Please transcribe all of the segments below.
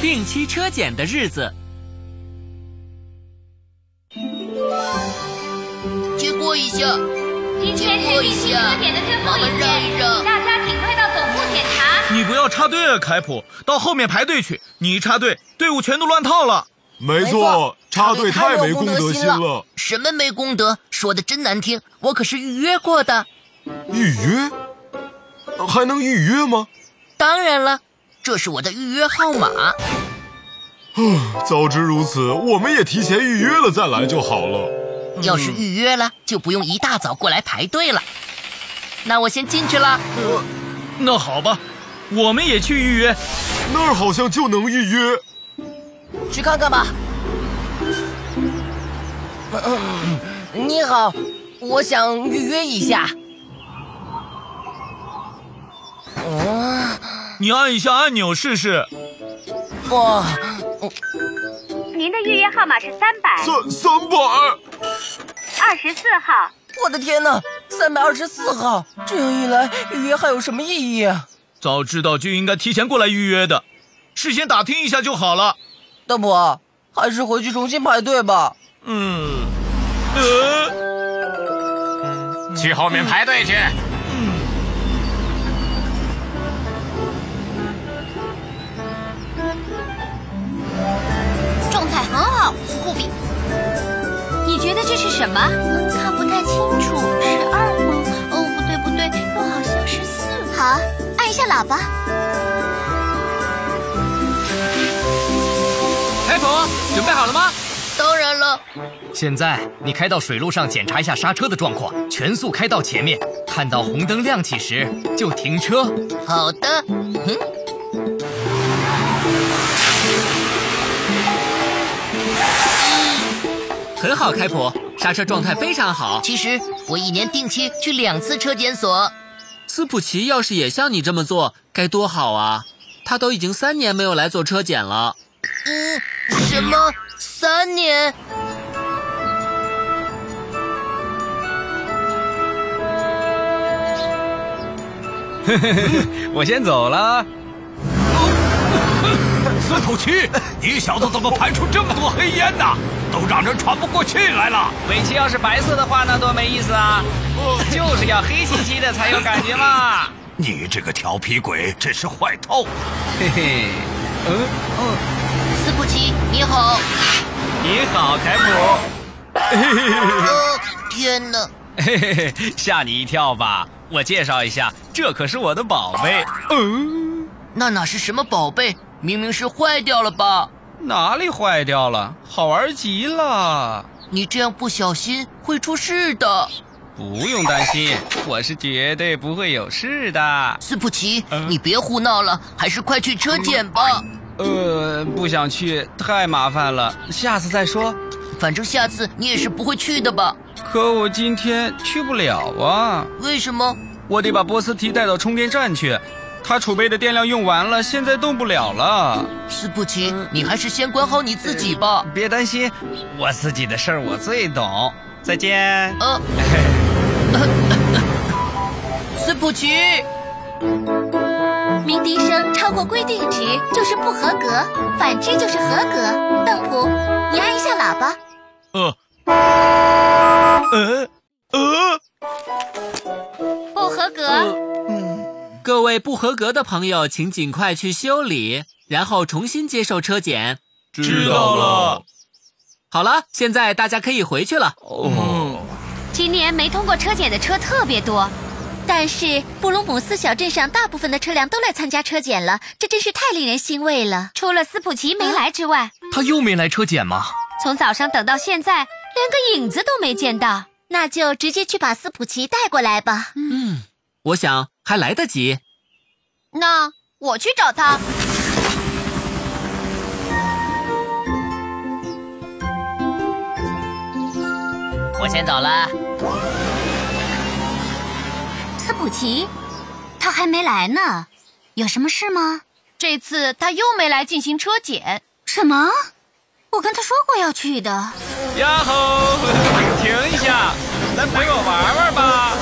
定期车检的日子。接过一下，今天经过是一定期下车检的最后我们一让一天，让大家请快到总部检查。你不要插队啊，凯普，到后面排队去。你一插队，队伍全都乱套了。没没错错，插队太没公德心了。什么没公德，说的真难听，我可是预约过的。预约？还能预约吗？当然了，这是我的预约号码。早知如此，我们也提前预约了再来就好了。要是预约了，就不用一大早过来排队了。那我先进去了。那好吧，我们也去预约。那儿好像就能预约。去看看吧。嗯 你好，我想预约一下。你按一下按钮试试。哇，您的预约号码是三百三三百。二十四号。我的天哪，三百二十四号，这样一来预约还有什么意义啊？早知道就应该提前过来预约的，事先打听一下就好了。大伯，还是回去重新排队吧。嗯，呃，去后面排队去。状态很好，斯库比。你觉得这是什么？看不太清楚，是二吗？哦，不对不对，又好像是四。好，按一下喇叭。凯普，准备好了吗？当然了，现在你开到水路上检查一下刹车的状况，全速开到前面，看到红灯亮起时就停车。好的。嗯，很好，开普，刹车状态非常好。其实我一年定期去两次车检所。斯普奇要是也像你这么做，该多好啊！他都已经三年没有来做车检了。嗯，什么？三年？我先走了。 四口气，你小子怎么排出这么多黑烟呐？都让人喘不过气来了。尾气要是白色的话，那多没意思啊！哦就是要黑漆漆的才有感觉嘛。你这个调皮鬼，真是坏透了。嘿嘿，斯普奇，你好。你好，凯普。呃，天哪！嘿嘿嘿，吓你一跳吧！我介绍一下，这可是我的宝贝。那哪是什么宝贝？明明是坏掉了吧？哪里坏掉了？好玩极了！你这样不小心会出事的。不用担心，我是绝对不会有事的。斯普奇，你别胡闹了，还是快去车检吧。呃，不想去，太麻烦了，下次再说。反正下次你也是不会去的吧？可我今天去不了啊。为什么？我得把波斯提带到充电站去，他储备的电量用完了，现在动不了了。斯普奇，你还是先管好你自己吧。别担心，我自己的事儿我最懂。再见。呃，斯普奇，鸣笛声超过规定值就是不合格，反之就是合格。邓普，你按一下喇叭。呃，呃，呃，不合格。各位不合格的朋友，请尽快去修理，然后重新接受车检。知道了。好了，现在大家可以回去了。今年没通过车检的车特别多，但是布鲁姆斯小镇上大部分的车辆都来参加车检了，这真是太令人欣慰了。除了斯普奇没来之外，他又没来车检吗？从早上等到现在，连个影子都没见到。那就直接去把斯普奇带过来吧。我想还来得及。那我去找他。我先走了。斯普奇，他还没来呢，有什么事吗？这次他又没来进行车检。什么？我跟他说过要去的。呀吼！停一下，来陪我玩玩吧。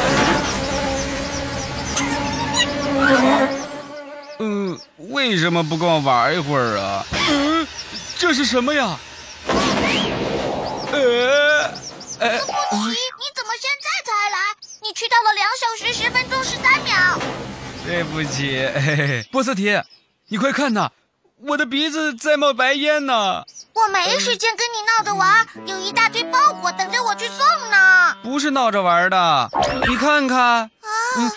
嗯，为什么不跟我玩一会儿啊？嗯，这是什么呀？呃，咦，你怎么现在才来？你迟到了两小时十分钟十三秒。对不起，嘿嘿嘿波斯提，你快看呐，我的鼻子在冒白烟呢。我没时间跟你闹着玩，有一大堆包裹等着我去送呢。不是闹着玩的，你看看，嗯，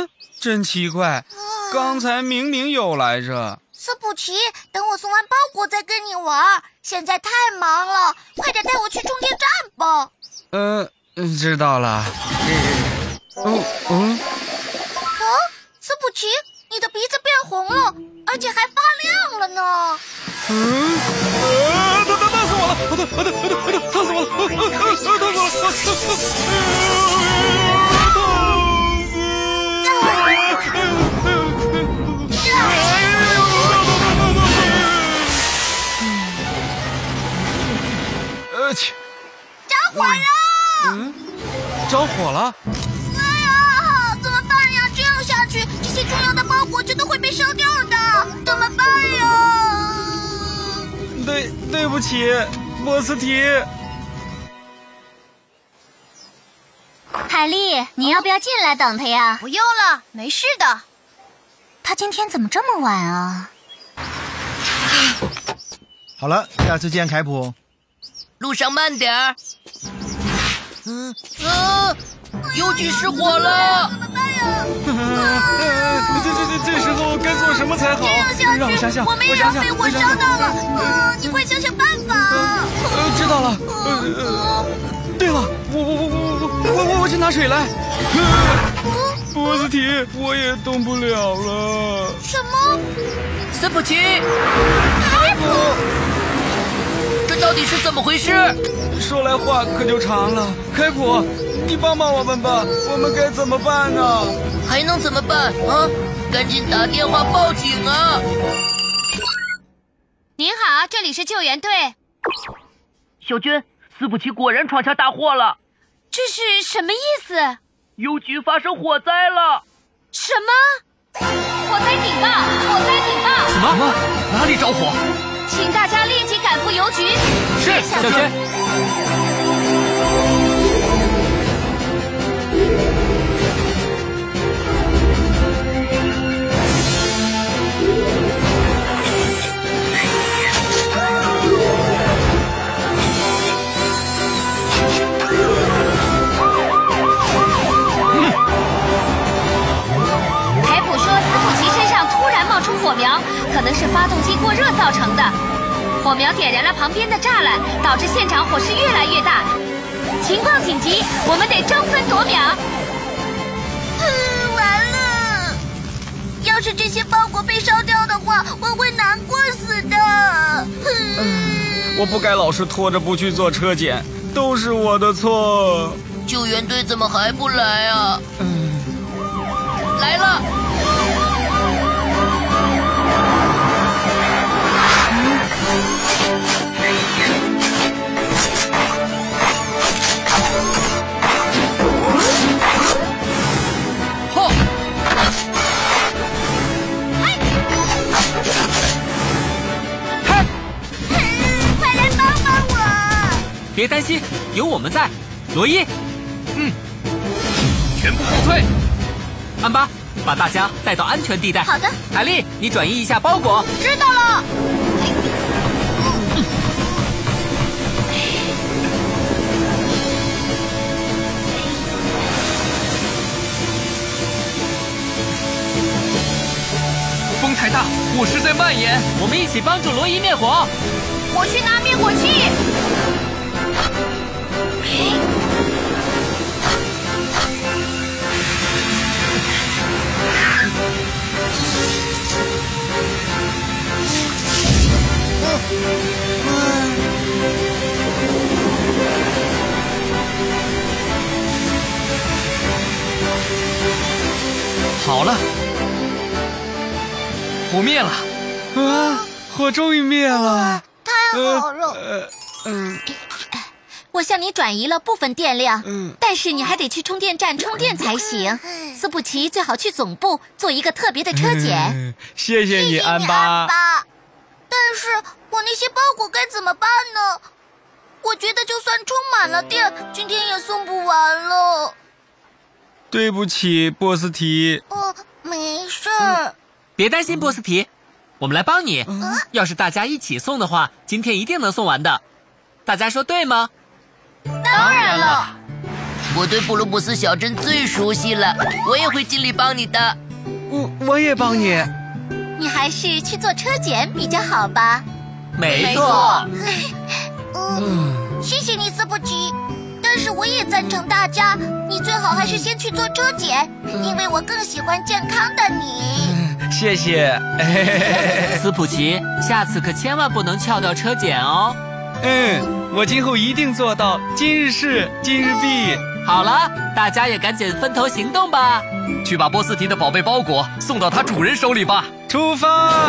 嗯，真奇怪，刚才明明有来着。斯普奇，等我送完包裹再跟你玩。现在太忙了，快点带我去充电站吧。嗯、嗯知道了。嗯嗯，啊，斯普奇，你的鼻子变红了，而且还发亮了呢。呃，烫烫烫死我了！我烫我烫我烫我烫烫死我了！呃呃呃烫死我了！呃，切，着火了！着火了。哎呀，怎么办呀？这样下去，这些重要的包裹真的会被烧掉的，怎么办呀？对，对不起，波斯提。海丽，你要不要进来等他呀？不用了，没事的。他今天怎么这么晚啊？好了，下次见，凯普。路上慢点儿。嗯啊，邮局失火了！怎么办呀？呃这这这这时候该做什么才好？让我想想，我没想人想，被火想烧想。到了。嗯，你快想想办法。呃，知道了。呃呃，对了，我我我我我我我我去拿水来。呃波斯提，我也动不了了。什么？斯普奇，海普？这到底是怎么回事？说来话可就长了。开普，你帮帮我们吧，我们该怎么办呢？还能怎么办啊？赶紧打电话报警啊！您好，这里是救援队。小娟，斯普奇果然闯下大祸了，这是什么意思？邮局发生火灾了。什么？火灾警报！火灾警报！什么？哪里着火？请大家立即赶赴邮局。是小小娟，凯普说，斯普奇身上突然冒出火苗，可能是发动机过热造成的。火苗点燃了旁边的栅栏，导致现场火势越来越大，情况紧急，我们得争分夺秒。嗯，完了！要是这些包裹被烧掉的话，我会难过死的。嗯我不该老是拖着不去做车检，都是我的错。救援队怎么还不来啊？来了，快来帮帮我！别担心，有我们在。罗伊，嗯全部后退！安巴，把大家带到安全地带。好的，海丽，你转移一下包裹。知道了。风太大，火势在蔓延。我们一起帮助罗伊灭火。我去拿灭火器。好了，火灭了。啊，火终于灭了。太好了，呃，我向你转移了部分电量，但是你还得去充电站充电才行。斯普奇最嗯好去总部做一个特别的车检。谢谢你，安巴。但啊但是我那些包裹该怎么办呢？我觉得就算充满了电，今天也送不完了。对不起，波斯提。哦，没事儿。别担心，波斯提，我们来帮你。嗯要是大家一起送的话，今天一定能送完的。大家说对吗？当然了，我对布鲁姆斯小镇最熟悉了，我也会尽力帮你的。我嗯我也帮你。嗯你还是去做车检比较好吧。没嗯，谢谢你，斯普奇。但是我也赞成大家，你最好还是先去做车检，因为我更喜欢健康的你。谢谢。斯普奇，下次可千万不能翘掉车检哦。嗯，我今后一定做到今日事今日毕。好了，大家也赶紧分头行动吧。去把波斯提的宝贝包裹送到它主人手里呃吧。出发。